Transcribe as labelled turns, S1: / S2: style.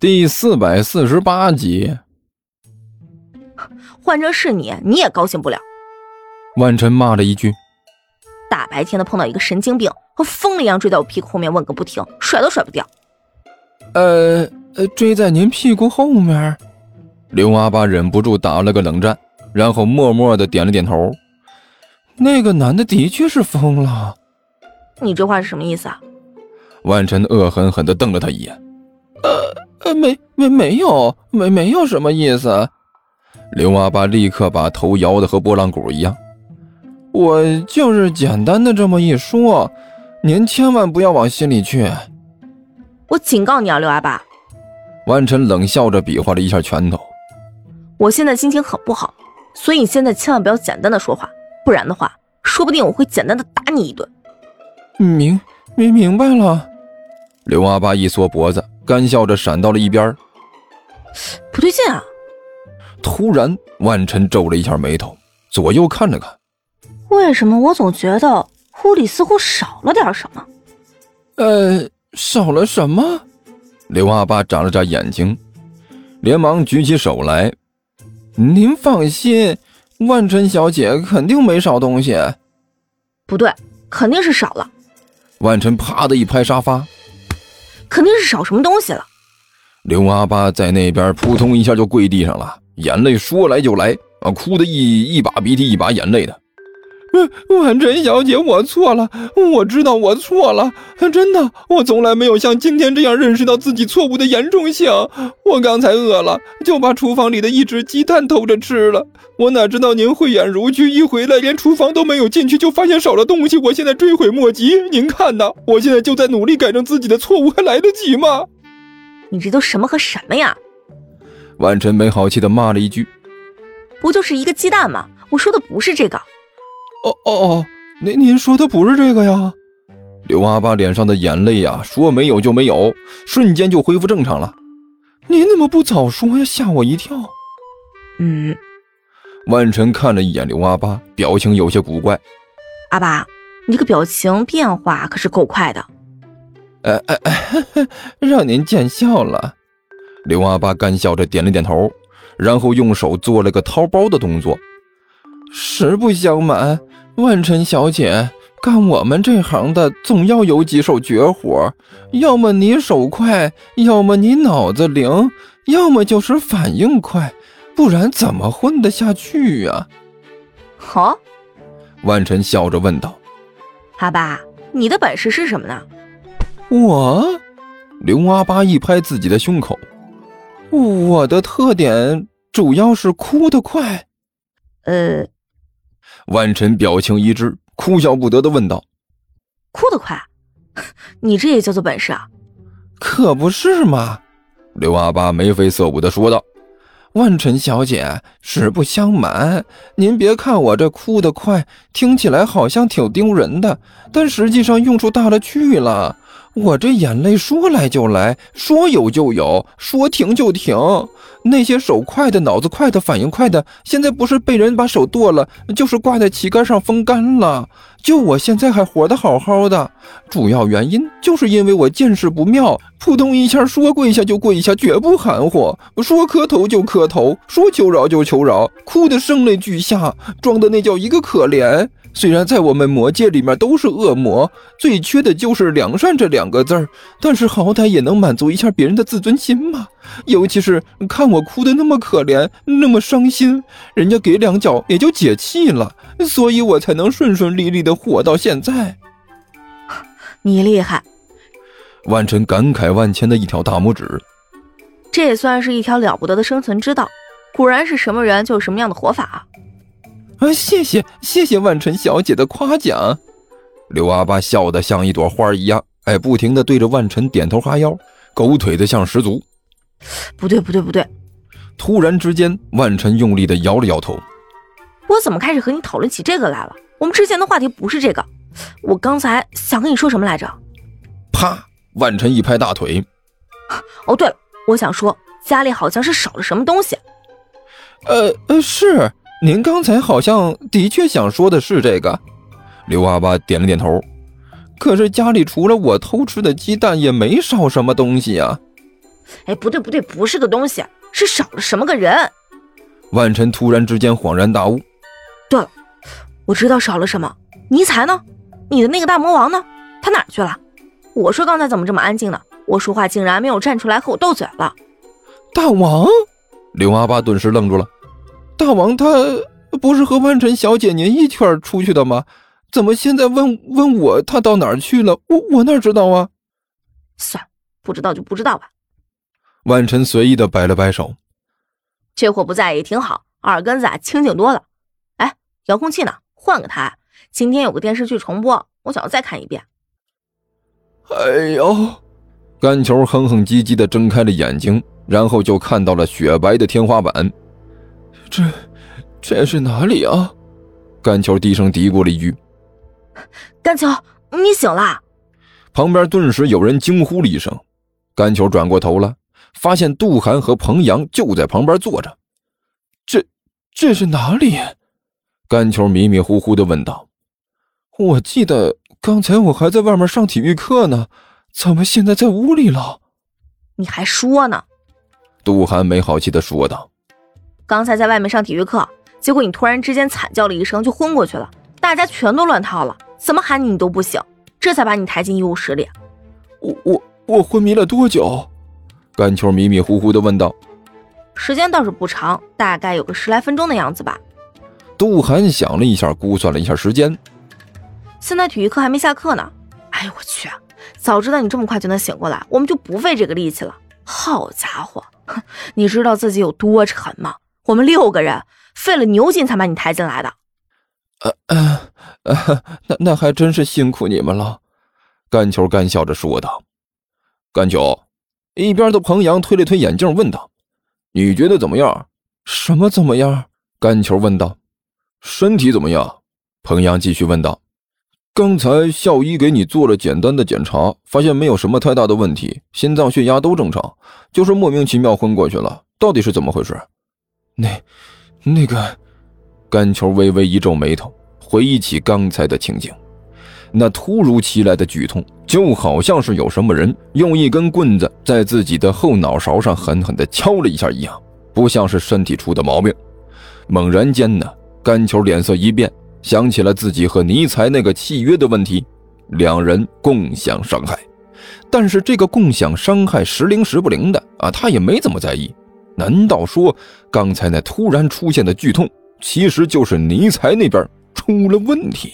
S1: 第四百四十八集，
S2: 换着是你，你也高兴不了。
S1: 万晨骂了一句
S2: 大白天的碰到一个神经病，和疯了一样追到我屁股后面问个不停，甩都甩不掉。：“
S1: 呃呃，追在您屁股后面。”刘阿八忍不住打了个冷战，然后默默的点了点头。那个男的的确是疯了。
S2: 你这话是什么意思啊？
S1: 万晨恶狠狠地瞪了他一眼。呃，呃没没没有，没没有什么意思。刘阿八立刻把头摇得和拨浪鼓一样。我就是简单的这么一说，您千万不要往心里去。
S2: 我警告你啊，刘阿爸，
S1: 万晨冷笑着比划了一下拳头。
S2: 我现在心情很不好，所以你现在千万不要简单的说话，不然的话，说不定我会简单的打你一顿。
S1: 明明明白了。刘阿八一缩脖子，干笑着闪到了一边儿。
S2: 不对劲啊！
S1: 突然，万晨皱了一下眉头，左右看了看。
S2: 为什么我总觉得屋里似乎少了点什么？
S1: 呃，少了什么？刘阿八眨了眨眼睛，连忙举起手来。您放心，万晨小姐肯定没少东西。
S2: 不对，肯定是少了，
S1: 万晨啪的一拍沙发，
S2: 肯定是少什么东西了。
S1: 刘阿八在那边扑通一下就跪地上了，眼泪说来就来啊，哭的一一把鼻涕一把眼泪的。呃万晨小姐，我错了，我知道我错了，真的，我从来没有像今天这样认识到自己错误的严重性。我刚才饿了，就把厨房里的一只鸡蛋偷着吃了。我哪知道您慧眼如炬，一回来连厨房都没有进去，就发现少了东西。我现在追悔莫及。您看呐，我现在就在努力改正自己的错误，还来得及吗？
S2: 你这都什么和什么呀？
S1: 万晨没好气的骂了一句：“
S2: 不就是一个鸡蛋吗？我说的不是这个。
S1: 哦哦哦，您您说的不是这个呀？刘阿八脸上的眼泪呀、说没有就没有，瞬间就恢复正常了。您怎么不早说呀？吓我一跳！
S2: 嗯，
S1: 万晨看了一眼刘阿八，表情有些古怪。
S2: 阿爸，你这个表情变化可是够快的。
S1: 呃呃，呃 让您见笑了。刘阿八干笑着点了点头，然后用手做了个掏包的动作。实不相瞒，万晨小姐，干我们这行的总要有几手绝活，要么你手快，要么你脑子灵，要么就是反应快，不然怎么混得下去呀、
S2: 好、
S1: 万晨笑着问道。
S2: 阿爸，你的本事是什么呢？
S1: 我，刘阿八一拍自己的胸口，我的特点主要是哭得快。
S2: 呃，
S1: 万晨表情一滞，哭笑不得的问道
S2: 哭得快， 你这也叫做本事啊？：“
S1: 可不是嘛？”刘阿八眉飞色舞的说道。万晨小姐，实不相瞒，您别看我这哭得快，听起来好像挺丢人的，但实际上用处大了去了。我这眼泪说来就来，说有就有，说停就停。那些手快的、脑子快的、反应快的，现在不是被人把手剁了，就是挂在旗杆上风干了。就我现在还活得好好的，主要原因就是因为我见识不妙，扑通一下说跪下就跪下，绝不含糊；说磕头就磕头，说求饶就求饶，哭得声泪俱下，装的那叫一个可怜。虽然在我们魔界里面都是恶魔，最缺的就是良善这两个字儿，但是好歹也能满足一下别人的自尊心嘛。尤其是看我哭得那么可怜，那么伤心，人家给两脚也就解气了，所以我才能顺顺利利的活到现在。
S2: 你厉害，
S1: 万晨感慨万千的一条大拇指。
S2: 这也算是一条了不得的生存之道。果然是什么人就有什么样的活法啊！
S1: 啊，谢谢谢谢万晨小姐的夸奖。刘阿八笑得像一朵花一样，哎，不停的对着万晨点头哈腰，狗腿子像十足。
S2: 不对，不对，不对，
S1: 突然之间，万晨用力的摇了摇头。
S2: 我怎么开始和你讨论起这个来了？我们之前的话题不是这个，我刚才想跟你说什么来着？
S1: 啪！万晨一拍大腿，
S2: 哦，对了，我想说家里好像是少了什么东西。
S1: 呃呃，是您刚才好像的确想说的是这个。刘阿八点了点头。可是家里除了我偷吃的鸡蛋，也没少什么东西啊。
S2: 哎，不对不对，不是个东西，是少了什么个人。
S1: 万晨突然之间恍然大悟，
S2: 对了，我知道少了什么。尼才呢？你的那个大魔王呢？他哪儿去了？我说刚才怎么这么安静呢？我说话竟然没有站出来和我斗嘴了。
S1: 大王，刘阿八顿时愣住了。大王他不是和万晨小姐您一圈儿出去的吗？怎么现在问问我他到哪儿去了？我我哪知道啊？
S2: 算了，不知道就不知道吧。
S1: 万晨随意的摆了摆手，
S2: 这货不在也挺好，耳根子啊清醒多了。哎，遥控器呢？换个台。啊今天有个电视剧重播，我想要再看一遍。
S1: 哎呦！干球哼哼唧唧的睁开了眼睛，然后就看到了雪白的天花板。这这是哪里啊？干球低声嘀咕了一句。
S2: 甘球，你醒啦？
S1: 旁边顿时有人惊呼了一声。干球转过头来，发现杜涵和彭阳就在旁边坐着。这这是哪里？干球迷迷糊糊的问道。我记得刚才我还在外面上体育课呢，怎么现在在屋里了？
S2: 你还说呢？
S1: 杜涵没好气的说道。
S2: 刚才在外面上体育课，结果你突然之间惨叫了一声就昏过去了，大家全都乱套了，怎么喊你你都不醒，这才把你抬进医务室里。啊
S1: 我我我昏迷了多久？干球迷迷糊糊的问道。
S2: 时间倒是不长，大概有个十来分钟的样子吧。
S1: 杜涵想了一下，估算了一下时间。
S2: 现在体育课还没下课呢。哎呦我去！早知道你这么快就能醒过来，我们就不费这个力气了。好家伙， 哼你知道自己有多沉吗？我们六个人费了牛劲才把你抬进来的。
S1: 呃呃呃，那那还真是辛苦你们了。干球干笑着说道。干球，一边的彭阳推了推眼镜，问道：“你觉得怎么样？”“什么怎么样？”干球问道。“身体怎么样？”彭阳继续问道。刚才校医给你做了简单的检查，发现没有什么太大的问题，心脏、血压都正常，就是莫名其妙昏过去了。到底是怎么回事？那、那个，甘球微微一皱眉头，回忆起刚才的情景，那突如其来的剧痛，就好像是有什么人用一根棍子在自己的后脑勺上狠狠地敲了一下一样，不像是身体出的毛病。猛然间呢，甘球脸色一变。想起了自己和尼才那个契约的问题，两人共享伤害，但是这个共享伤害时灵时不灵的啊，他也没怎么在意。难道说刚才那突然出现的剧痛，其实就是尼才那边出了问题？